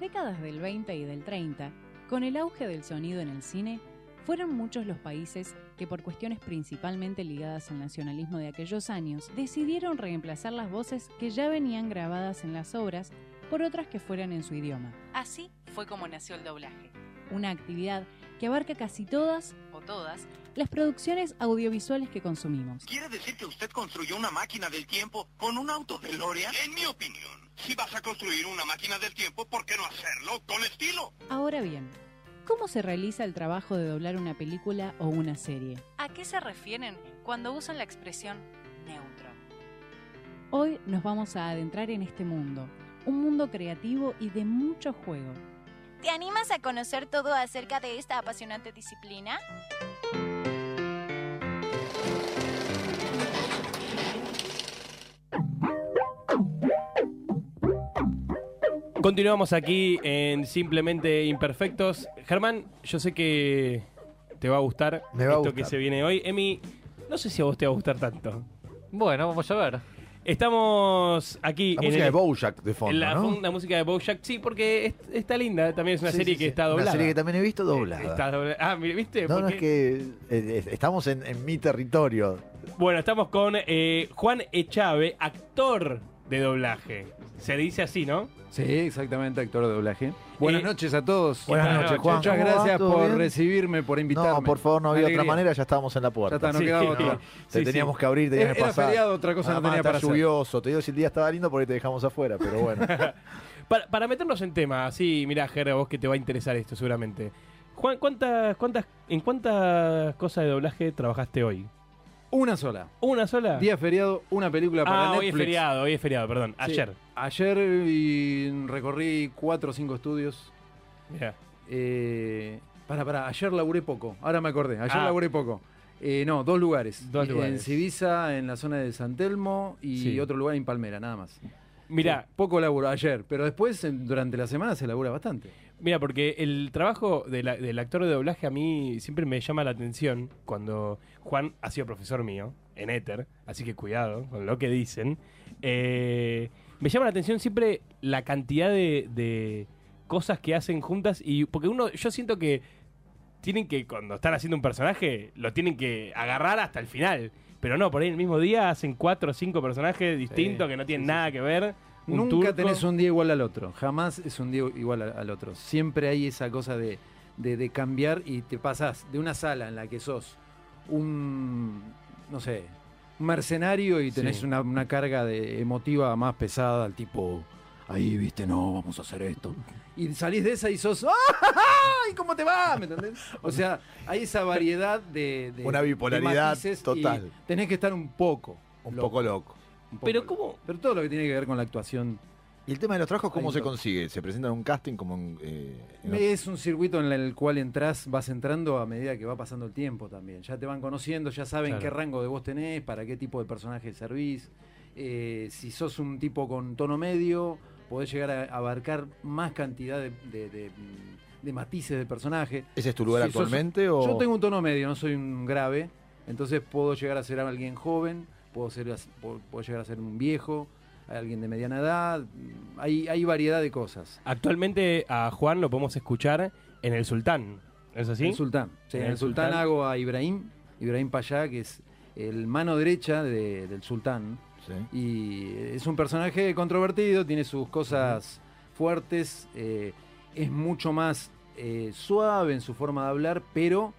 décadas del 20 y del 30, con el auge del sonido en el cine, fueron muchos los países que por cuestiones principalmente ligadas al nacionalismo de aquellos años, decidieron reemplazar las voces que ya venían grabadas en las obras por otras que fueran en su idioma. Así fue como nació el doblaje, una actividad que abarca casi todas, o todas, las producciones audiovisuales que consumimos. ¿Quiere decir que usted construyó una máquina del tiempo con un auto de Loria? En mi opinión, si vas a construir una máquina del tiempo, ¿por qué no hacerlo con estilo? Ahora bien, ¿Cómo se realiza el trabajo de doblar una película o una serie? ¿A qué se refieren cuando usan la expresión neutro? Hoy nos vamos a adentrar en este mundo, un mundo creativo y de mucho juego. ¿Te animas a conocer todo acerca de esta apasionante disciplina? Continuamos aquí en Simplemente Imperfectos. Germán, yo sé que te va a gustar Me va a esto gustar. que se viene hoy. Emi, no sé si a vos te va a gustar tanto. Bueno, vamos a ver. Estamos aquí La en, música el- de Bojack de fondo, en la, ¿no? fun- la música de Bojack. Sí, porque es- está linda. También es una Sí, serie sí, que sí. está doblada. Una serie que también he visto doblada. Está doblada. Ah, mira, ¿viste? No, no, Porque- es que eh, eh, estamos en, en mi territorio. Bueno, estamos con eh, Juan Echave, actor de doblaje. Se dice así, ¿no? Sí, exactamente, actor de doblaje. Buenas Eh, noches a todos. Buenas noches, Juan. Muchas ¿Cómo va? gracias ¿Todo por bien? recibirme, por invitarme. No, por favor, no había Alegría. otra manera, ya estábamos en la puerta. Ya está, no Sí, quedaba sí. otra. Te Sí, teníamos sí. que abrir, tenías Era- que era pasar. feriado, otra cosa Nada no más, tenía está para hacer. lluvioso. Te digo si el día estaba lindo porque te dejamos afuera, pero bueno. Para, para meternos en tema, así, mirá, Jera, vos que te va a interesar esto seguramente. Juan, ¿cuántas, cuántas, ¿en cuántas cosas de doblaje trabajaste hoy? Una sola. ¿Una sola? Día feriado, una película para ah, hoy es Netflix. feriado, hoy es feriado, perdón. Sí, Ayer. Ayer y recorrí cuatro o cinco estudios. Mirá. Eh, para, para, ayer laburé poco. Ahora me acordé, ayer Ah. laburé poco. Eh, no, dos lugares. Dos En lugares. Civisa, en la zona de San Telmo y Sí. otro lugar en Palmera, nada más. Mirá, Sí, poco laburo ayer, pero después en- durante la semana se labura bastante. Mira, porque el trabajo de la- del actor de doblaje a mí siempre me llama la atención cuando Juan ha sido profesor mío en Éter, así que cuidado con lo que dicen. Eh, me llama la atención siempre la cantidad de, de cosas que hacen juntas y porque uno, yo siento que tienen que cuando están haciendo un personaje lo tienen que agarrar hasta el final, pero no, por ahí el mismo día hacen cuatro o cinco personajes distintos que no tienen sí, nada que ver. un Nunca turco. tenés un día igual al otro, jamás es un día igual a- al otro. Siempre hay esa cosa de, de- de cambiar y te pasás de una sala en la que sos un, no sé, un mercenario y tenés Sí. una, una carga de- emotiva más pesada, al tipo, ahí viste, no, vamos a hacer esto. Y salís de esa y sos, "Ah, ¡ay, cómo te va! ¿Me entendés? O sea, hay esa variedad de... de- Una de bipolaridad matices y total. Tenés que estar un poco. Un loco. poco loco. Un poco Pero loco. cómo Pero todo lo que tiene que ver con la actuación ¿Y el tema de los trabajos cómo Ahí se está. consigue? ¿Se presenta en un casting como en, eh, en otro- Es un circuito en el cual entras, vas entrando a medida que va pasando el tiempo también. Ya te van conociendo, ya saben Claro. qué rango de voz tenés, para qué tipo de personaje servís. Eh, si sos un tipo con tono medio, podés llegar a abarcar más cantidad de, de- de- mm, de matices de personaje. ¿Ese es tu lugar Si sos- actualmente o Yo tengo un tono medio, no soy un grave, entonces puedo llegar a ser alguien joven, puedo, ser, puedo puedo llegar a ser un viejo, alguien de mediana edad. mm, Hay, hay variedad de cosas. Actualmente a Juan lo podemos escuchar en El Sultán, ¿es así? El Sultán. Sí, En en el el Sultán, Sultán. hago a Ibrahim, Ibrahim Payá, que es el mano derecha de- del Sultán. Sí. Y es un personaje controvertido, tiene sus cosas fuertes, eh, es mucho más eh, suave en su forma de hablar, pero Ujú.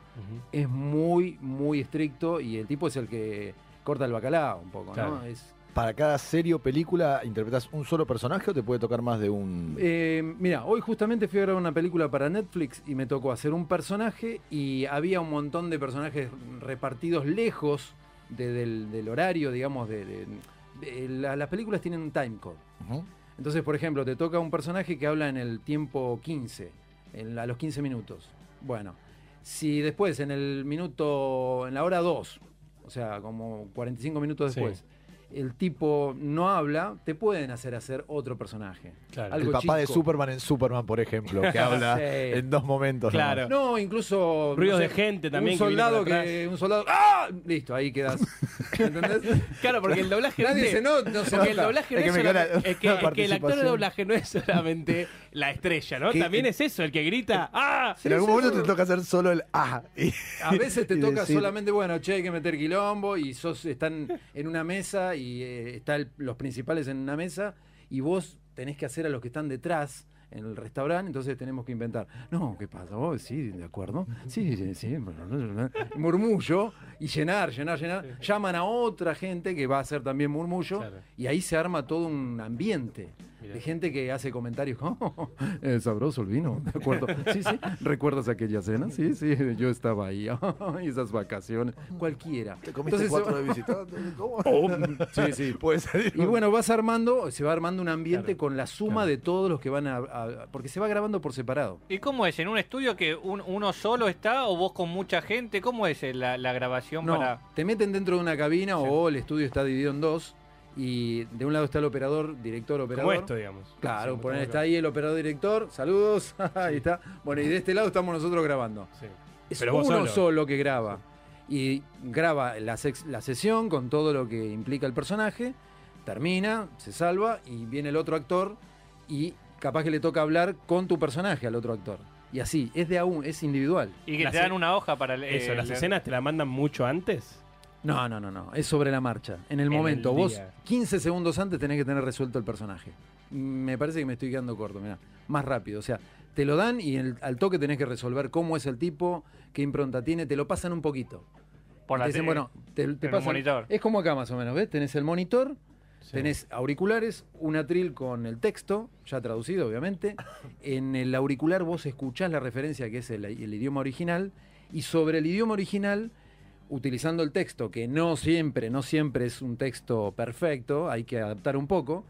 es muy, muy estricto y el tipo es el que corta el bacalao un poco, Claro. ¿no? Es, ¿Para cada serie o película interpretas un solo personaje o te puede tocar más de un...? Eh, mira, hoy justamente fui a grabar una película para Netflix y me tocó hacer un personaje y había un montón de personajes repartidos lejos de- del, del horario, digamos, de, de- de- la- las películas tienen un time code. Ujú. Entonces, por ejemplo, te toca un personaje que habla en el tiempo 15, en la- a los 15 minutos. Bueno, si después en el minuto, en la hora 2, o sea, como 45 minutos Sí. después, el tipo no habla, te pueden hacer hacer otro personaje. Claro. Algo el papá de chico. Superman en Superman, por ejemplo, que habla Sí. en dos momentos. Claro. nomás. No, incluso. Ruidos no de gente también Un que viene soldado por atrás. que. Un soldado. ¡Ah! Listo, ahí quedas. ¿Entendés? Claro, porque el doblaje. Nadie ¿viste? se no, no se Porque el nota. doblaje no Es es, que me solamente- encanta es que, la es que el actor de participación. doblaje no es solamente la estrella, ¿no? ¿Qué? También es eso, el que grita ¡Ah! En algún Eh, sí, momento sí. te toca hacer solo el ah. y- A veces te y toca decir- solamente, bueno, che, hay que meter quilombo y sos, están en una mesa y eh, están los principales en una mesa y vos tenés que hacer a los que están detrás en el restaurante, entonces tenemos que inventar. No, ¿qué pasa? Oh, sí, de acuerdo. Sí, sí, sí. Murmullo y llenar, llenar, llenar. Llaman a otra gente que va a hacer también murmullo Claro. y ahí se arma todo un ambiente. Mirá. De gente que hace comentarios como, "Eh, sabroso el vino, de acuerdo. Sí, sí, ¿recuerdas aquella cena? Sí, sí, yo estaba ahí, y esas vacaciones, cualquiera. Te comiste Entonces, cuatro de visitantes. ¿cómo? mm, Sí, sí. Puede salir. Y bueno, vas armando, se va armando un ambiente Claro, con la suma claro. de todos los que van a, a- Porque se va grabando por separado. ¿Y cómo es? ¿En un estudio que un- uno solo está o vos con mucha gente? ¿Cómo es eh, la, la grabación No, para...? te meten dentro de una cabina Sí. o el estudio está dividido en dos y de un lado está el operador, director, Como operador. esto, digamos. Claro, Sí, poner, como- está ahí el operador director, saludos, ahí está. Bueno, y de este lado estamos nosotros grabando. Sí. Es Pero uno vos solo. solo. que graba. Y graba la, sex- la sesión con todo lo que implica el personaje, termina, se salva y viene el otro actor y capaz que le toca hablar con tu personaje al otro actor. Y así, es de aún, es individual. Y que Las te dan e- una hoja para... eh, Eso, las leer. escenas te la mandan mucho antes. No, no, no, no, es sobre la marcha, En en el el momento. Vos día. 15 segundos antes tenés que tener resuelto el personaje. Me parece que me estoy quedando corto, mirá, más rápido, o sea, te lo dan y el- al toque tenés que resolver cómo es el tipo, qué impronta tiene, te lo pasan un poquito. Por la Te dicen, te- bueno, te, te un pasan- monitor. Es como acá más o menos, ¿ves? Tenés el monitor, tenés auriculares, un atril con el texto, ya traducido obviamente. En el auricular vos escuchás la referencia que es el, el idioma original y sobre el idioma original, utilizando el texto, que no siempre, no siempre es un texto perfecto, hay que adaptar un poco,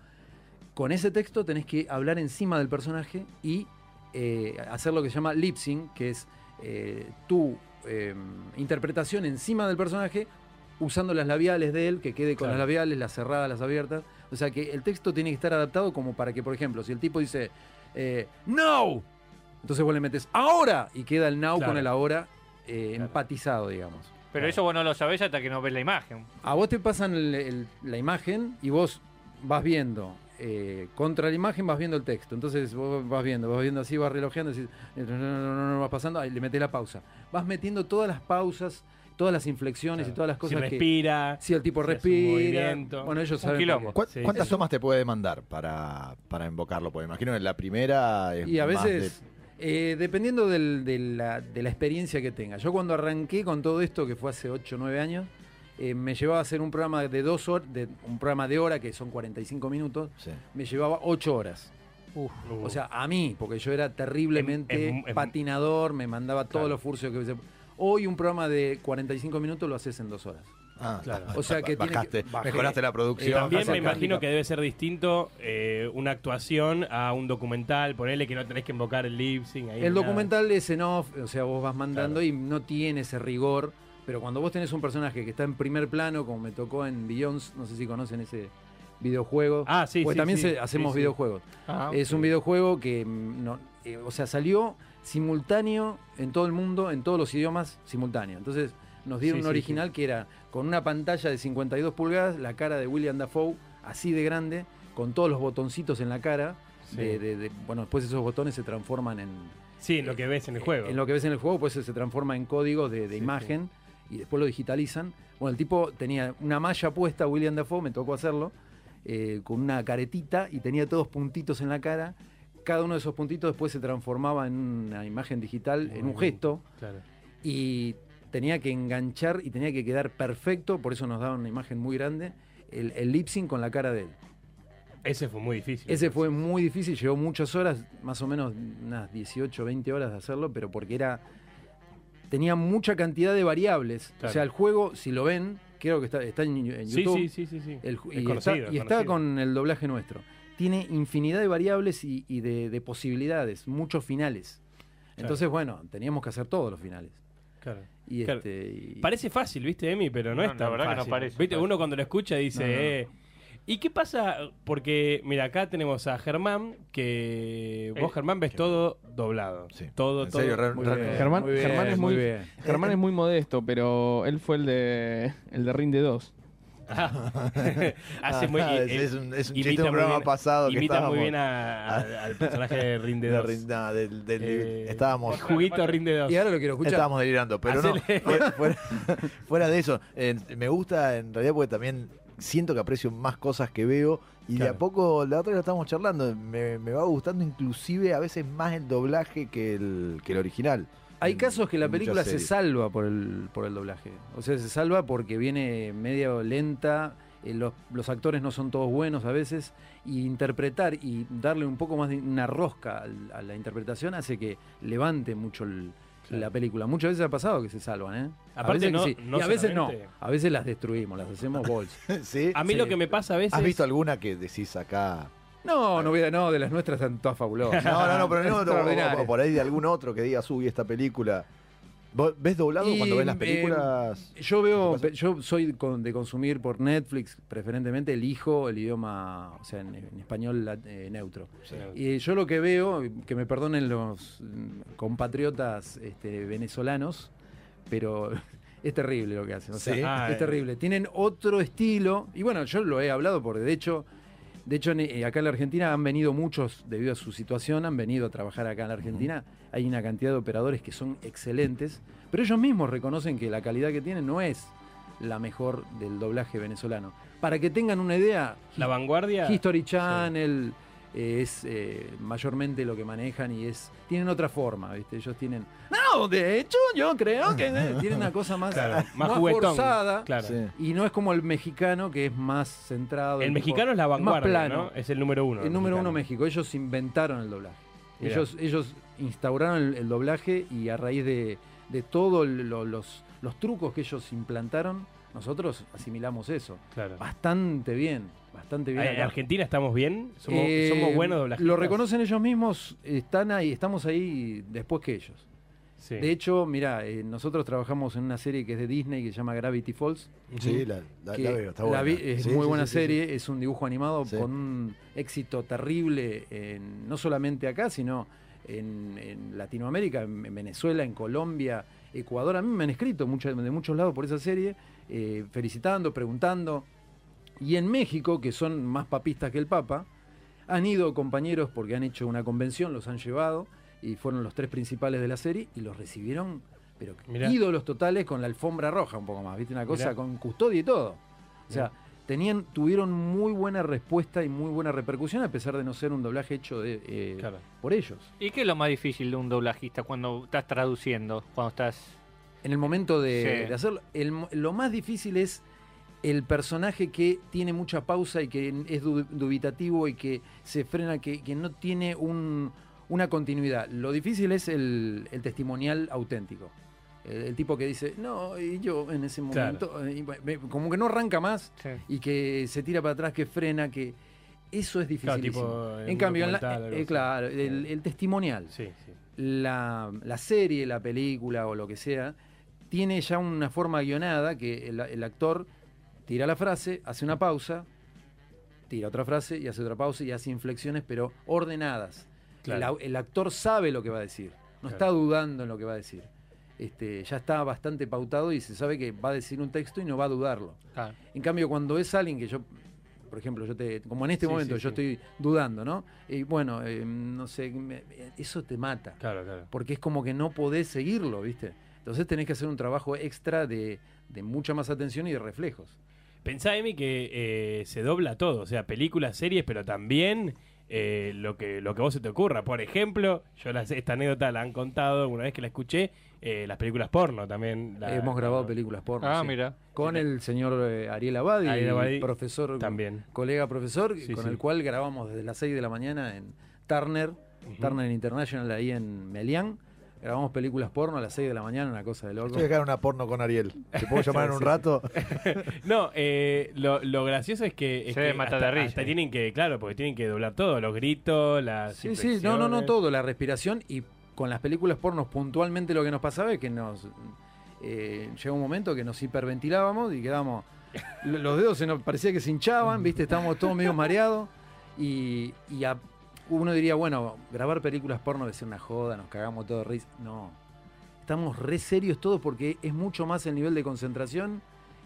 con ese texto tenés que hablar encima del personaje y eh, hacer lo que se llama lip sync, que es eh, tu eh, interpretación encima del personaje usando las labiales de él, que quede con Claro. las labiales, las cerradas, las abiertas. O sea que el texto tiene que estar adaptado como para que, por ejemplo, si el tipo dice eh, ¡No! Entonces vos le metes ahora y queda el now Claro. con el ahora eh, Claro. empatizado, digamos. eh. Pero eso vos no lo sabés hasta que no ves la imagen. A vos te pasan el- el- la imagen y vos vas viendo. eh, contra la imagen vas viendo el texto. Entonces vos vas viendo, vas viendo así, vas relojeando, decís, no, no, no, no, no, vas pasando, ahí le metés la pausa. Vas metiendo todas las pausas, todas las inflexiones y todas las Si cosas que. respira. Si el tipo si hace un respira. movimiento. Bueno, ellos Un saben. quilombo. por ¿Cuá- Sí, ¿Cuántas sí. tomas te puede demandar para, para invocarlo? Porque imagino que la primera qué. es Y a más veces. eh, dependiendo del- de, la, de la experiencia que tenga. Yo cuando arranqué con todo esto, que fue hace 8 o 9 años, eh, me llevaba a hacer un programa de dos horas, de, un programa de hora, que son 45 minutos, de- sí. me llevaba ocho horas. uh, O sea, a mí, porque yo era terriblemente Em- em- em- patinador, me mandaba todos Claro. los furcios que se- Hoy un programa de 45co minutos lo haces en dos horas. Ah, Claro. O sea que tiene que- bajaste, bajé. mejoraste la Y producción. Eh, también me Acerca. imagino que debe ser distinto eh, una actuación a un documental, ponele que no tenés que invocar el lip sync. ahí ni El nada. documental es en off, o sea, vos vas mandando Claro. y no tiene ese rigor. Pero cuando vos tenés un personaje que está en primer plano, como me tocó en Beyonds, no sé si conocen ese videojuego. Ah, sí, Porque sí, también sí. se- hacemos Sí, sí. videojuegos. Ah, Es un ok. videojuego que, mm, no- eh, o sea, salió simultáneo en todo el mundo, en todos los idiomas, simultáneo. Entonces nos dieron Sí, sí, un original que era con una pantalla de 52 pulgadas, la cara de William Dafoe, así de grande, con todos los botoncitos en la cara. Sí. de- de- de- bueno, después esos botones se transforman en, Sí, en lo que ves en el juego. Eh, en lo que ves en el juego, pues se transforma en códigos de, de Sí, imagen y después lo digitalizan. Bueno, el tipo tenía una malla puesta, William Dafoe, me tocó hacerlo, eh, con una caretita y tenía todos puntitos en la cara. Cada uno de esos puntitos después se transformaba en una imagen digital, en un Movimiento. gesto, Claro. y tenía que enganchar y tenía que quedar perfecto, por eso nos daba una imagen muy grande, el, el lip sync con la cara de él. Ese fue muy difícil. Ese fue muy difícil, llevó muchas horas, más o menos unas 18, 20 horas de hacerlo, pero porque era. tenía mucha cantidad de variables. O Claro. sea, el juego, si lo ven, creo que está, está en, en Sí, YouTube. sí, sí, sí. sí. El ju- Es y conocido, está, es y está conocido. con el doblaje nuestro. Tiene infinidad de variables y, y de, de posibilidades, muchos finales. Entonces, bueno, teníamos que hacer todos los finales. Claro. Y Claro. este, y- Parece fácil, ¿viste, Emi? Pero no, No, es la tan verdad que no fácil. parece ¿Viste? fácil. Uno cuando lo escucha dice... No, no, no. eh, ¿Y qué pasa? Porque, mira, acá tenemos a Germán, que vos, Eh, Germán, ves todo doblado. Sí. Todo, En todo. serio, real- Muy real- bien, Germán- muy bien, Germán es muy- bien. Germán es muy modesto, pero él fue el de el de Rinde 2. Hace muy... Ah, eh, es, es un, es un imita chiste de un muy programa bien- pasado que Imita estábamos. muy bien a- a- al personaje de Rinde de 2. rin- no, del- del- Eh, estábamos, el Juguito Rinde 2. Y ahora lo quiero escuchar. estábamos delirando, pero no. Hacele- fuera- Fuera, fuera de eso, eh, me gusta en realidad porque también siento que aprecio más cosas que veo y de Claro. a poco, la otra vez lo estábamos charlando, me, me va gustando inclusive a veces más el doblaje que el, que el original. Hay en- casos que la en muchas película se series. salva por el, por el doblaje. O sea, se salva porque viene media lenta, eh, los, los actores no son todos buenos a veces, y interpretar y darle un poco más de una rosca al- a la interpretación hace que levante mucho el- la película. Muchas veces ha pasado que se salvan, ¿eh? Aparte a veces que no- sí. no y a veces no. solamente- A veces las destruimos, las hacemos bols. ¿Sí? A mí Sí. lo que me pasa a veces... ¿Has visto alguna que decís acá? No, no, voy a- no, de las nuestras están todas fabulosas. No, no, no, pero no, Extraordinarias. o- o por ahí de algún otro que digas, uy, esta película. ¿Vos ¿Ves doblado Y, cuando ves las eh, películas? Yo veo, ¿Qué pasa? yo soy con- de consumir por Netflix, preferentemente elijo el idioma, o sea, en, en español lat- eh, neutro. Y yo lo que veo, que me perdonen los mm, compatriotas este, venezolanos, pero es terrible lo que hacen. o sea, Sí. Ah, eh. es terrible. Tienen otro estilo, y bueno, yo lo he hablado porque de hecho... De hecho, en- eh, acá en la Argentina han venido muchos, debido a su situación, han venido a trabajar acá en la Argentina. Hay una cantidad de operadores que son excelentes, pero ellos mismos reconocen que la calidad que tienen no es la mejor del doblaje venezolano. Para que tengan una idea, La vanguardia... History Channel eh, es eh, mayormente lo que manejan y es tienen otra forma, ¿viste? Ellos tienen... No, de hecho, yo creo que eh, tienen una cosa más, Claro, más más juguetón. forzada. Claro. Sí. Y no es como el mexicano que es más centrado. El tipo, mexicano es la más vanguardia, plano. ¿no? Es el número uno. El número uno México. Ellos inventaron el doblaje. Mirá. Ellos, ellos instauraron el, el doblaje y a raíz de, de todos los, los trucos que ellos implantaron, nosotros asimilamos eso. Claro. Bastante bien, bastante bien. Eh, En acá. Argentina estamos bien, somos, Eh, somos buenos doblajes. Lo reconocen ellos mismos, están ahí, estamos ahí después que ellos. Sí. De hecho, mira, nosotros trabajamos en una serie que es de Disney que se llama Gravity Falls. Sí, la, la- que la veo, está la buena. vi- es Sí, muy sí, buena sí, sí, serie, es un dibujo animado Sí. con un éxito terrible, en- no solamente acá, sino en, en Latinoamérica, en, en Venezuela, en Colombia, Ecuador. A mí me han escrito mucha- de muchos lados por esa serie, eh, felicitando, preguntando. Y en México, que son más papistas que el Papa, han ido compañeros porque han hecho una convención, los han llevado y fueron los tres principales de la serie y los recibieron, pero Mirá. ídolos totales con la alfombra roja un poco más, ¿viste? Una cosa Mirá. con custodia y todo. O sea, tenían, tuvieron muy buena respuesta y muy buena repercusión a pesar de no ser un doblaje hecho de, eh, Claro. por ellos. ¿Y qué es lo más difícil de un doblajista cuando estás traduciendo? Cuando estás. En el momento de, Sí. de hacerlo, el mo- lo más difícil es el personaje que tiene mucha pausa y que es du- dubitativo y que se frena, que, que no tiene un- una continuidad. Lo difícil es el, el testimonial auténtico. El, el tipo que dice, no, y yo en ese Claro. momento, eh, y me- me- como que no arranca más y que se tira para atrás, que frena, que... Eso es Claro, difícil. tipo, en un cambio, en la- documental, algo eh, así. claro, el, el testimonial Sí, sí. la, la serie, la película o lo que sea, tiene ya una forma guionada que el, el actor tira la frase, hace una pausa, tira otra frase y hace otra pausa y hace inflexiones, pero ordenadas. Claro. El au- El, actor sabe lo que va a decir, no Claro. está dudando en lo que va a decir. Este, ya está bastante pautado y se sabe que va a decir un texto y no va a dudarlo. Claro. En cambio, cuando es alguien que yo, por ejemplo, yo te, como en este Sí, momento sí, yo sí. estoy dudando, ¿no? Y bueno, eh, no sé, me- eso te mata Claro, claro. porque es como que no podés seguirlo, ¿viste? Entonces tenés que hacer un trabajo extra de, de mucha más atención y de reflejos. Pensá, Emi, que eh, se dobla todo. O sea, películas, series, pero también eh, lo que lo que a vos se te ocurra. Por ejemplo, yo las- esta anécdota la han contado una vez que la escuché, eh, las películas porno también. la- Hemos grabado la- películas porno. Ah, sí. mira. Con el señor eh, Ariel Abadi, Ariel Abadi, profesor, también. colega profesor, Sí, con sí. el cual grabamos desde las 6 de la mañana en Turner, Turner International, ahí en Melián. Grabamos películas porno a las 6 de la mañana, una cosa de loco. Estoy acá en una porno con Ariel. ¿Te puedo llamar en un rato? No, eh, lo, lo gracioso es que, es Se que mata hasta, de risa, hasta eh. tienen que, claro, porque tienen que doblar todo, los gritos, las Sí, sí, no, no, no, inflexiones. todo, la respiración y con las películas pornos puntualmente lo que nos pasaba es que nos eh, llegó un momento que nos hiperventilábamos y quedábamos. lo- Los dedos se nos parecía que se hinchaban, ¿viste? Estábamos todos medio mareados. Y, y a- uno diría, bueno, grabar películas porno debe ser una joda, nos cagamos todos de risa. No. Estamos re serios todos porque es mucho más el nivel de concentración.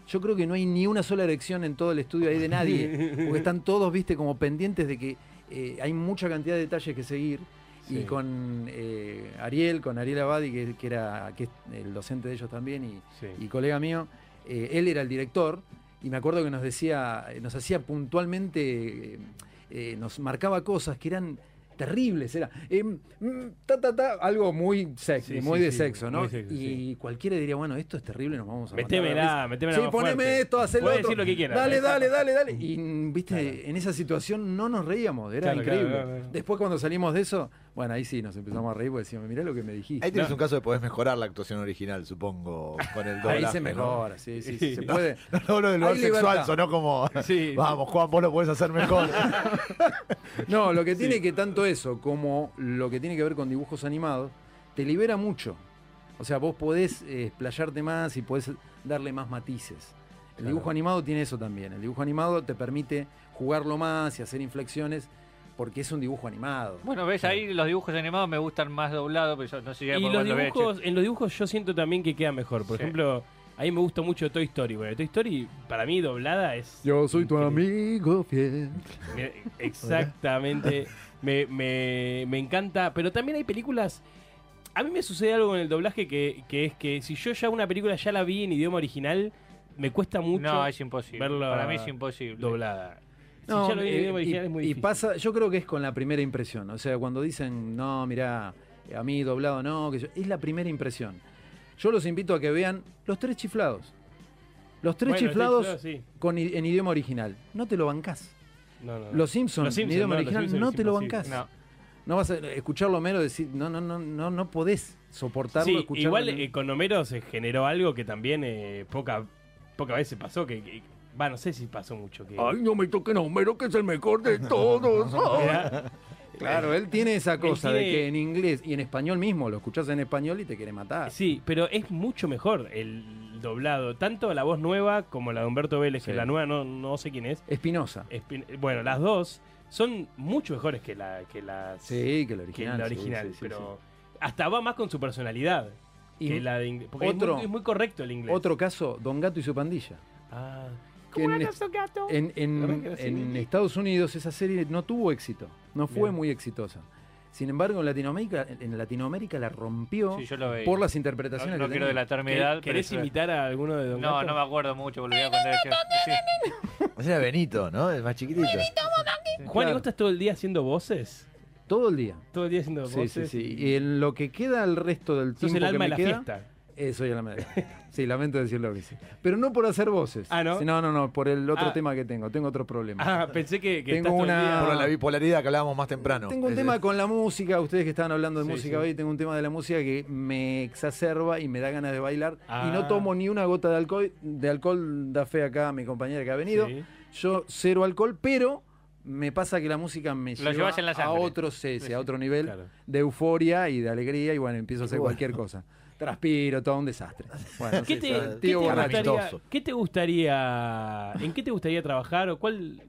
Yo creo que no hay ni una sola erección en todo el estudio ahí de nadie. Porque están todos, viste, como pendientes de que eh, hay mucha cantidad de detalles que seguir. Sí. Y con eh, Ariel, con Ariel Abadi, que, que era que es el docente de ellos también y, Sí. y colega mío, eh, él era el director y me acuerdo que nos decía, nos hacía puntualmente, eh, eh, nos marcaba cosas que eran terribles, era eh, mm, ta, ta, ta, algo muy sexy, Sí, muy sí, de sí, sexo, ¿no? muy sexy, y sí. cualquiera diría, bueno, esto es terrible, nos vamos a matar de risa. Metémela, metémela Sí, más poneme fuerte. esto, haz el Puedes otro. decir lo que quieras. Dale, dale, dale, dale. Mm. Y mm, viste, Claro. en esa situación no nos reíamos, era Claro, increíble. claro, claro, claro. Después cuando salimos de eso, bueno, ahí sí nos empezamos a reír porque decíamos, mirá lo que me dijiste. Ahí tienes No. un caso de podés mejorar la actuación original, supongo, con el doblaje. Ahí se ¿no? mejora, sí, sí, sí, se puede. No, hablo del lugar Hay sexual, libertad. sonó como. Sí. Vamos, Juan, vos lo podés hacer mejor. No, lo que tiene que tanto eso como lo que tiene que ver con dibujos animados, te libera mucho. O sea, vos podés eh, explayarte más y podés darle más matices. El Claro. dibujo animado tiene eso también. El dibujo animado te permite jugarlo más y hacer inflexiones porque es un dibujo animado. Bueno, ves, ahí los dibujos animados me gustan más doblados, pero yo no sé si era Y por los cuando había hecho. dibujos, en los dibujos yo siento también que queda mejor. Por Sí. ejemplo, a mí me gusta mucho Toy Story. Bueno, Toy Story para mí doblada es Yo soy tu Increíble. amigo fiel. Mira, Exactamente. Me, me- me encanta. Pero también hay películas. A mí me sucede algo con el doblaje que, que es que si yo ya una película ya la vi en idioma original, me cuesta mucho No, es imposible. verla Para mí es imposible. doblada. No, si ya lo vi en eh, idioma original y, es muy y difícil. pasa, yo creo que es con la primera impresión. O sea, cuando dicen, no, mirá, a mí doblado no, que yo-". es la primera impresión. Yo los invito a que vean los tres chiflados. Los tres Bueno, chiflados Chiflados, sí. con, i- en idioma original. No te lo bancás. No, no, no. Los Simpsons, Los Simpsons, en idioma no, los original, Simpsons no es te lo imposible. bancás. No. No. vas a escuchar Homero decir, no, no, no, no, no podés soportarlo. Sí, escucharlo igual en- eh, con Homero se generó algo que también eh, poca, poca vez se pasó. Que, que- va, no sé si pasó mucho. Que, no me toquen a Homero, que es el mejor de todos. Era- Claro, él tiene esa cosa de tiene- que en inglés y en español mismo lo escuchás en español y te quiere matar. Sí, pero es mucho mejor el doblado. Tanto la voz nueva como la de Humberto Vélez, que Sí. la nueva no, no sé quién es. Espinosa. Espin- bueno, las dos son mucho mejores que la que las- Sí, que la que original. la sí, original, sí, sí, pero hasta va más con su personalidad sí. Y que la de inglés. Porque es muy- es, otro- muy, correcto el inglés. Otro caso, Don Gato y su pandilla. Ah, Que en, en- en- La verdad que era en así. Estados Unidos esa serie no tuvo éxito, no fue Bien. muy exitosa. Sin embargo, en Latinoamérica, en Latinoamérica la rompió Sí, yo lo veía. por las no, interpretaciones no que quiero tenía. delatar mi ¿quer- edad. pero ¿Querés eso era- imitar a alguno de Don No, Gato? no me acuerdo mucho, porque lo voy a contar. Sí. Ese era Benito, ¿no? El más chiquitito. Juan, ¿y Claro. vos estás todo el día haciendo voces? Todo el día. Todo el día haciendo Sí, voces. sí, sí. Y en lo que queda el resto del Sos tiempo el que alma me de la queda, fiesta. eh, soy el alma de la fiesta. Sí, lamento decirlo que sí. Pero no por hacer voces. Ah, ¿no? Sí, No, no, no, por el otro Ah. tema que tengo. Tengo otro problema. Ah, pensé que, que Tengo estás todo el una- día- Por la bipolaridad que hablábamos más temprano. Tengo un Es- tema con la música, ustedes que estaban hablando de Sí, música sí. hoy, tengo un tema de la música que me exacerba y me da ganas de bailar. Ah. Y no tomo ni una gota de alcohol, de alcohol da fe acá a mi compañera que ha venido. Sí. Yo cero alcohol, pero me pasa que la música me Lo lleva llevas en la a sangre. otro cese, a otro nivel Claro. de euforia y de alegría y bueno, empiezo a hacer bueno. cualquier cosa. Transpiro, todo un desastre. Bueno, ¿Qué sí, te, sí, está- qué tío te borracho. borracho. gustaría, qué te gustaría- ¿En qué te gustaría trabajar o cuál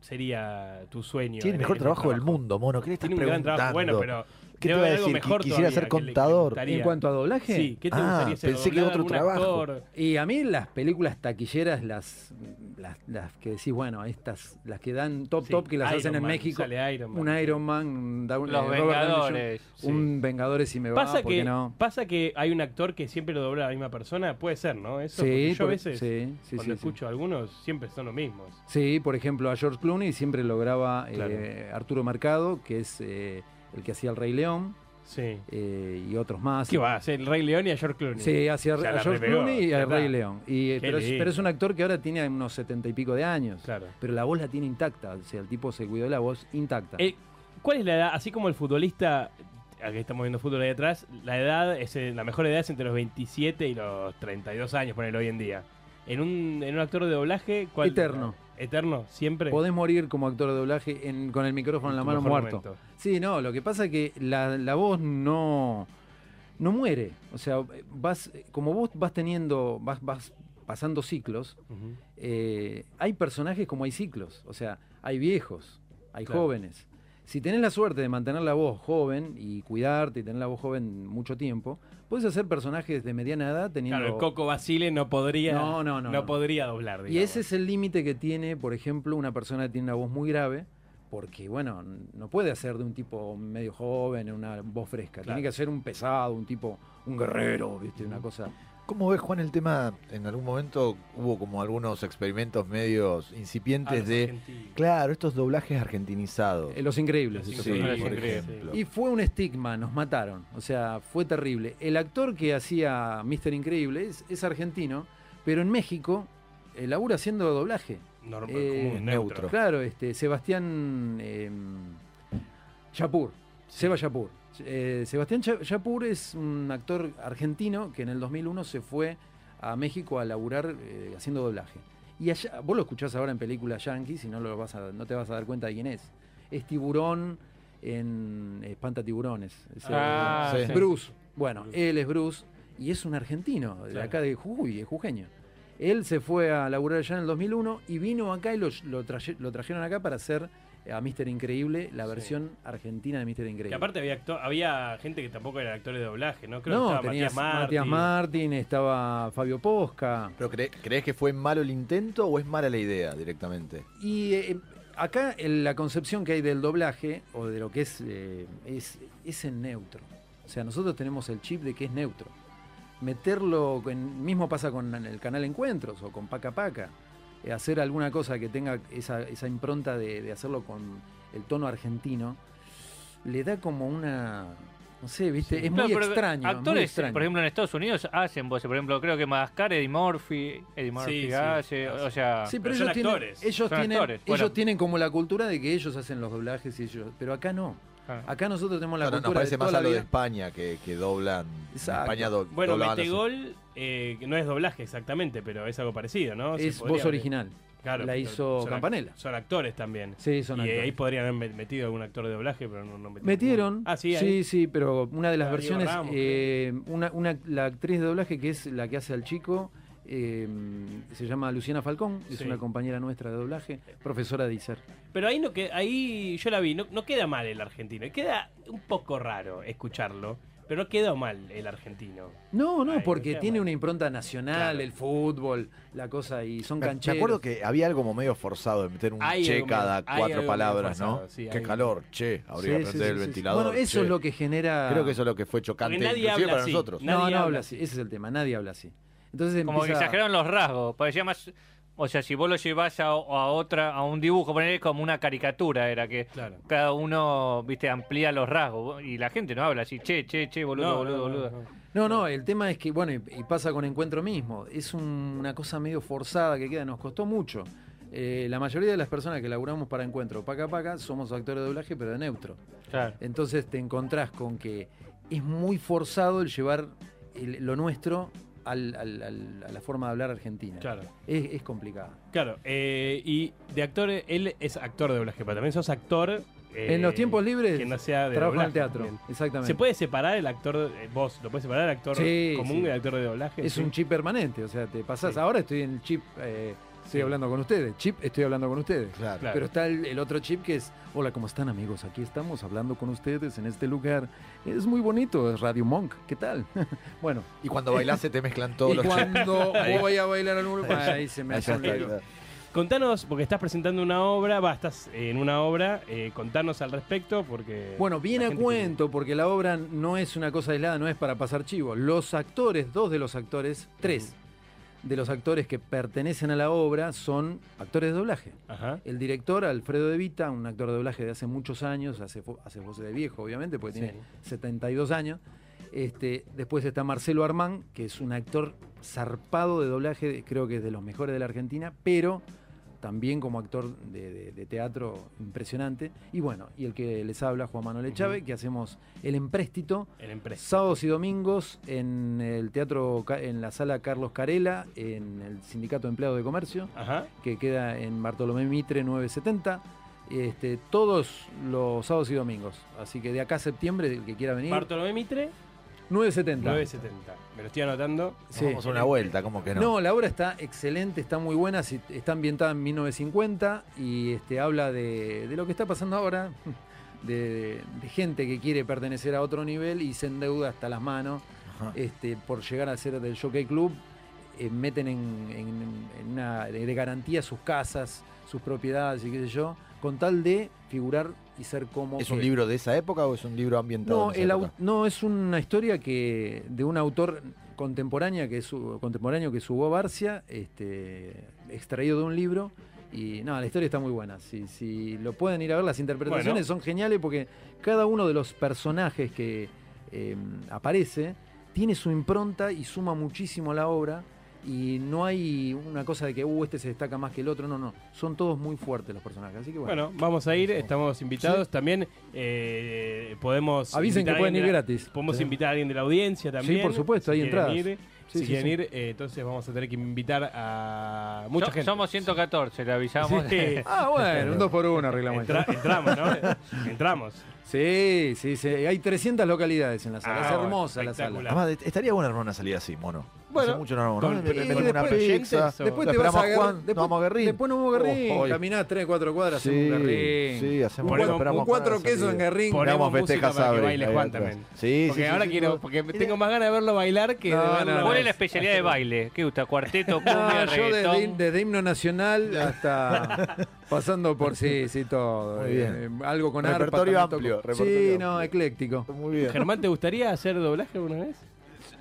sería tu sueño? Tiene el en- mejor en el trabajo del mundo, mono. ¿Qué le estás Tiene un gran preguntando? trabajo. Bueno, pero. ¿Qué debe te iba a haber algo decir? mejor Qui- quisiera todavía ser que le- que le contador. gustaría. En cuanto a doblaje, Sí, ¿qué te Ah, gustaría ser? pensé que ¿Doblar otro algún trabajo. actor? Y a mí las películas taquilleras, las, las, las que decís, bueno, estas, las que dan top Sí, top, que las Iron hacen en Man, México, sale Iron Man. un Iron Man, un Down- Los eh, Robert Downey Jr., Vengadores. sí. un Vengadores si me va, Pasa, ¿por que, qué no? pasa que hay un actor que siempre lo dobla a la misma persona, puede ser, ¿no? Eso, Sí, porque yo a por- veces, sí, sí, cuando sí, sí. escucho a algunos, siempre son los mismos. Sí, por ejemplo, a George Clooney siempre lograba Claro. Arturo Mercado, que es eh, el que hacía El Rey León, Sí. eh, y otros más. ¿Qué va? a hacer? ¿El Rey León y a George Clooney? Sí, hacía Ya a la George repegó, Clooney y ya al está. Rey León. Y, eh, Qué pero, es, lindo. pero es un actor que ahora tiene unos setenta y pico de años. Claro. Pero la voz la tiene intacta, o sea, el tipo se cuidó de la voz intacta. Eh, ¿Cuál es la edad? Así como el futbolista, aquí estamos viendo fútbol ahí atrás, la edad, es, eh, la mejor edad es entre los 27 y los 32 años, ponerlo hoy en día. En un, en un actor de doblaje, ¿cuál? Eterno. Eterno, siempre. Podés morir como actor de doblaje en- con el micrófono en la Tu mano mejor muerto. momento. Sí, no, lo que pasa es que la, la voz no, no muere. O sea, vas, como vos vas teniendo, vas, vas pasando ciclos, Ujú. eh, hay personajes como hay ciclos. O sea, hay viejos, hay Claro. jóvenes. Si tenés la suerte de mantener la voz joven y cuidarte y tener la voz joven mucho tiempo, puedes hacer personajes de mediana edad teniendo. Claro, el Coco Basile no podría, No, no, no, no. podría doblar. Y digamos. Ah, ese es el límite que tiene, por ejemplo, una persona que tiene una voz muy grave, porque, bueno, n- no puede hacer de un tipo medio joven una voz fresca. Claro. Tiene que ser un pesado, un tipo, un guerrero, ¿viste? Una cosa. ¿Cómo ves, Juan, el tema? En algún momento hubo como algunos experimentos medios Ah, incipientes los de. argentinos. Claro, estos doblajes argentinizados. Eh, Los increíbles. Los Sí, eso por fue. Increíbles. ejemplo. Y fue un estigma, nos mataron. O sea, fue terrible. El actor que hacía Mister Increíble es, es argentino, pero en México eh, labura haciendo doblaje. Normal, Eh, común, neutro. Claro, este, Sebastián eh, Yapur, Seba Yapur. Eh, Sebastián Cha- Yapur es un actor argentino que en el 2001 se fue a México a laburar eh, haciendo doblaje. Y allá, vos lo escuchás ahora en películas yankees y no, lo vas a- no te vas a dar cuenta de quién es. Es tiburón en Espanta Tiburones. Ah, Sí. sí. Bruce. Bueno, Bruce. él es Bruce y es un argentino, de Claro. acá de Jujuy, es jujeño. Él se fue a laburar allá en el 2001 y vino acá y lo, lo traje- lo trajeron acá para hacer eh, a Mister Increíble, la Sí. versión argentina de Mister Increíble. Que aparte había, acto- había gente que tampoco era actores de doblaje, ¿no? Creo que no, estaba tenías Matías Martín. Matías Martín, estaba Fabio Posca. ¿Pero cre- crees que fue malo el intento o es mala la idea directamente? Y eh, acá el- la concepción que hay del doblaje, o de lo que es, eh, es, es en neutro. O sea, nosotros tenemos el chip de que es neutro. Meterlo, en- mismo pasa con el canal Encuentros o con Paca Paca. Eh, hacer alguna cosa que tenga esa, esa impronta de, de hacerlo con el tono argentino, le da como una... No sé, viste, es muy Claro, pero extraño. muy Actores, extraño. por ejemplo, en Estados Unidos hacen voces. Por ejemplo, creo que Madagascar, Eddie Murphy, Eddie Murphy sí, hace. hace, o sea... Sí, pero, Pero ellos, son tienen, actores. ellos, Son tienen, actores, ellos bueno. tienen como la cultura de que ellos hacen los doblajes y ellos. Pero acá no. ah. Acá nosotros tenemos la Claro, nos cultura parece de más toda a la lo de vida. España, que, que doblan. en Exacto. España do- Bueno, doblaban así. Metegol eh, que no es doblaje exactamente, pero es algo parecido, ¿no? Se es podría voz haber- original. Claro, la pero hizo son act- Campanella. Son actores también. Sí, son y actores. ahí podrían haber metido algún actor de doblaje, pero no, no metieron. Metieron, Ah, sí, ahí. sí, sí, pero una de las Darío versiones, Ramos, eh, una, una- la actriz de doblaje que es la que hace al chico, eh, se llama Luciana Falcón, es Sí. una compañera nuestra de doblaje, profesora de E ISER. Pero ahí no que ahí yo la vi, no, no queda mal el argentino. Queda un poco raro escucharlo, pero no quedó mal el argentino. No, no, Ay, porque qué tiene mal. una impronta nacional, Claro. el fútbol, la cosa, y son Me, me cancheros. acuerdo que había algo como medio forzado de meter un Hay che algo medio- cada hay algo cuatro medio palabras, forzado, ¿no? sí, Qué hay- calor, che, Sí, habría que sí, prender sí, el sí, sí. ventilador. Bueno, eso che. es lo que genera... Creo que eso es lo que fue chocante, Porque nadie inclusive habla para así. nosotros. Nadie No, no habla habla así, ese es el tema, nadie habla así. Entonces Como que empieza- exageraron los rasgos. Parecía más... O sea, si vos lo llevás a, a otra, a un dibujo, poner como una caricatura, era que Claro. cada uno, viste, amplía los rasgos. Y la gente no habla así, che, che, che, boludo, No, boludo, no, no, boludo. no. No, no, el tema es que, bueno, y, y pasa con Encuentro mismo. Es un- una cosa medio forzada que queda, nos costó mucho. Eh, la mayoría de las personas que laburamos para Encuentro, paca paca, somos actores de doblaje, pero de neutro. Claro. Entonces te encontrás con que es muy forzado el llevar el- lo nuestro al- al- al- a la forma de hablar argentina. Claro. Es, es complicado. Claro, eh, y de actor, él es actor de doblaje, pero también sos actor. eh, en los tiempos libres, que no sea de trabajo en el doblaje teatro. también. Exactamente. ¿Se puede separar el actor, eh, vos, lo puedes separar el actor Sí, común sí. del actor de doblaje? Es ¿Sí? un chip permanente, o sea, te pasás. Sí. Ahora estoy en el chip, eh, estoy Sí. hablando con ustedes. Chip, estoy hablando con ustedes. Claro. Claro. Pero está el, el otro chip que es, hola, ¿cómo están amigos? Aquí estamos hablando con ustedes en este lugar. Es muy bonito, es Radio Monk, ¿qué tal? bueno, Y cuando bailás se te mezclan todos y los cuando voy a bailar al Uruguay, ahí se me Ahí hace ya un está. lío. Contanos, porque estás presentando una obra, va, estás eh, en una obra, eh, contanos al respecto, porque. Bueno, viene la a gente cuento porque la obra no es una cosa aislada, no es para pasar chivo. Los actores, dos de los actores, tres de los actores que pertenecen a la obra son actores de doblaje. que- Ajá. El director, Alfredo De Vita, un actor de doblaje de hace muchos años, hace, fo- hace voces de viejo, obviamente, porque Sí. tiene 72 años. Este, después está Marcelo Armán, que es un actor zarpado de doblaje, de- creo que es de los mejores de la Argentina, pero también como actor de, de- de teatro impresionante. Y bueno, y el que les habla, Juan Manuel Echave, que hacemos el empréstito, El empresa. sábados y domingos en el teatro, Ca- en la sala Carlos Carela, en el Sindicato de Empleados de Comercio Ajá. que queda en Bartolomé Mitre 970, este, todos los sábados y domingos. Así que de acá a septiembre, el que quiera venir, Bartolomé Mitre. 9.70. 970. Me lo estoy anotando. Sí. Vamos a una vuelta, ¿cómo que no? No. la obra está excelente, está muy buena, si- está ambientada en 1950 y este, habla de, de lo que está pasando ahora, de, de gente que quiere pertenecer a otro nivel y se endeuda hasta las manos Ajá. este, por llegar a ser del Jockey Club. eh, meten en, en- en una de garantía sus casas, sus propiedades y qué sé yo, con tal de figurar y ser como... ¿Es un que- libro de esa época o es un libro ambientado? no, en esa el au- época? no, es una historia que de un autor contemporánea que es, Hu- contemporáneo que es Hugo Barcia, este, extraído de un libro. Y no, la historia está muy buena. Si, si lo pueden ir a ver, las Bueno. interpretaciones son geniales porque cada uno de los personajes que eh, aparece tiene su impronta y suma muchísimo a la obra. Y no hay una cosa de que, uh, este se destaca más que el otro. No, no. Son todos muy fuertes los personajes. Así que bueno. Bueno, vamos a ir, estamos invitados. También eh, podemos. avisen que invitar a pueden ir alguien de la- gratis. Podemos Sí. invitar a alguien de la audiencia también. por supuesto, hay quieren entradas. ir. si Sí, sí, quieren sí. ir, eh, entonces vamos a tener que invitar a mucha So- gente. Somos 114, le avisamos. Sí. Ah, bueno, un 2 por 1 arreglamos. Entra- entramos, ¿no? entramos. Sí, sí, sí. Hay 300 localidades en la sala. Ah, es hermosa la espectacular. sala. Además, est- estaría buena armar una salida así, mono. Bueno, Hace mucho no armamos, con- ¿no? pero- Me- y me- me- una después- pizza. oyentes, Después Lo te vas a esperamos a Gar- Juan, después, nos vamos a Guerrín. Después nos vamos a Guerrín. Oh, oh. Caminás 3, 4 cuadras, Sí, hacemos un Guerrín. sí, hacemos Ponemos- un, cuatro- esperamos un cuatro Juan a la quesos en salida. Guerrín. Ponemos Miramos música festejas para que Sabri, baile ahí Juan atrás. también. Sí, Porque sí, ahora sí, quiero, sí. porque tengo más ganas de verlo bailar que No, de no, verlo. no. ¿Cuál es la especialidad de baile? ¿Qué gusta? ¿Cuarteto, cumbia, No, yo reggaetón? desde, desde himno nacional hasta pasando por sí, sí, todo. Muy bien. Eh, algo con Repertorio arpa. también amplio, toco. repertorio sí, amplio. no, ecléctico. Muy bien. Germán, ¿te gustaría hacer doblaje alguna vez?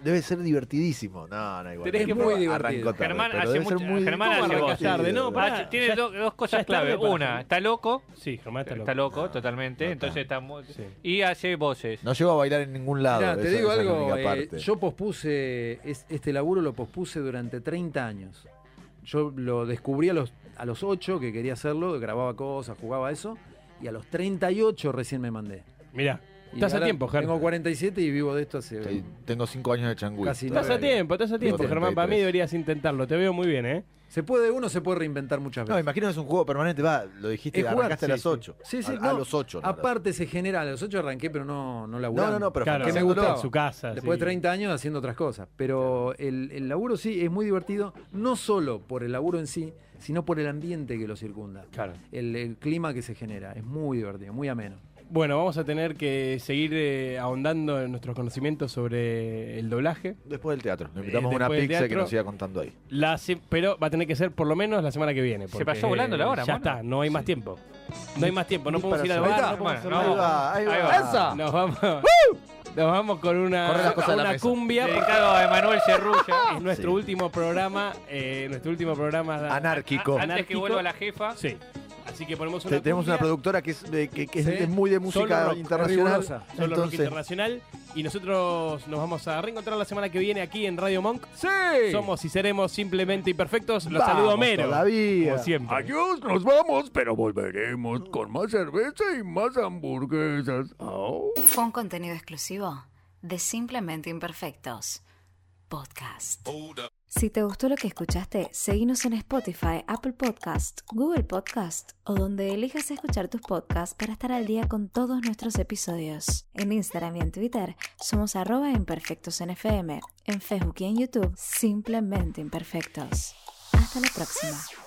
Debe ser divertidísimo. No, no, igual. Tenés no, que- no, muy divertido. arrancó tarde, Germán pero hace debe ser mucho- muy- Germán ¿Cómo hace arrancas voz. tarde? No, Ah, pará. Ah, tiene Ya- do- ya dos cosas es tarde clave. para Una, hacer- está loco. Sí, Germán está loco. Está loco, No, totalmente. no, Entonces está muy... Sí. Y hace voces. No llego a bailar en ningún lado. Mirá, te esa- digo esa es la algo, única eh, parte. yo pospuse, es- este laburo lo pospuse durante 30 años. Yo lo descubrí a los, a los 8 que quería hacerlo, grababa cosas, jugaba eso, y a los 38 recién me mandé. Mirá, Y estás a ahora tiempo, Germán. Tengo 47 y vivo de esto hace... Sí, Tengo cinco años de changüí. Casi todavía. Estás a tiempo, estás a Digo, tiempo, Germán. Para mí 33. deberías intentarlo. Te veo muy bien, ¿eh? Se puede, uno se puede reinventar muchas No, veces. imagino que es un juego permanente. Va, lo dijiste, Es jugar, arrancaste sí, a las sí. 8. Sí, sí, a, a no, los 8. Aparte se genera, a los 8 arranqué, pero no, no No, laburando. no, no, pero Claro, que me haciéndolo. gustaba. en su casa. Después sí. de 30 años haciendo otras cosas. Pero el, el laburo sí es muy divertido, no solo por el laburo en sí, sino por el ambiente que lo circunda. Claro. El, el clima que se genera. Es muy divertido, muy ameno. Bueno, vamos a tener que seguir eh, ahondando en nuestros conocimientos sobre el doblaje. Después del teatro. Le invitamos Eh, a una después del pizza que teatro. nos siga contando ahí. La se- pero va a tener que ser por lo menos la semana que viene. porque pasó volando la hora, Ya mono. está, no hay más tiempo. No hay más tiempo, no Ni podemos para ir al saber. bar. Ahí no podemos bueno, está, hacer no. Ahí nada. va, ahí Ahí va. va. Nos vamos, nos vamos con Corre una, las cosas a la una mesa. cumbia. Dedicado a Emanuel Cerrulla. Es nuestro Sí. últico programa. eh, nuestro último programa. Anárquico. Ana- Antes que Anárquico. vuelva la jefa. Sí. Así que ponemos una. Te- Tenemos una cumbia. productora que es, de- que, que es Sí. de- muy de música Solo rock, internacional. rigurosa. Solo rock Entonces, internacional. Y nosotros nos vamos a reencontrar la semana que viene aquí en Radio Monk. ¡Sí! Somos y seremos simplemente imperfectos. Los vamos saludo Homero. Todavía. Como siempre. Adiós, nos vamos, pero volveremos con más cerveza y más hamburguesas. Au. Fue un contenido exclusivo de Simplemente Imperfectos Podcast. Si te gustó lo que escuchaste, seguinos en Spotify, Apple Podcast, Google Podcast o donde elijas escuchar tus podcasts para estar al día con todos nuestros episodios. En Instagram y en Twitter somos arroba imperfectos en FM. En Facebook y en YouTube, Simplemente Imperfectos. Hasta la próxima.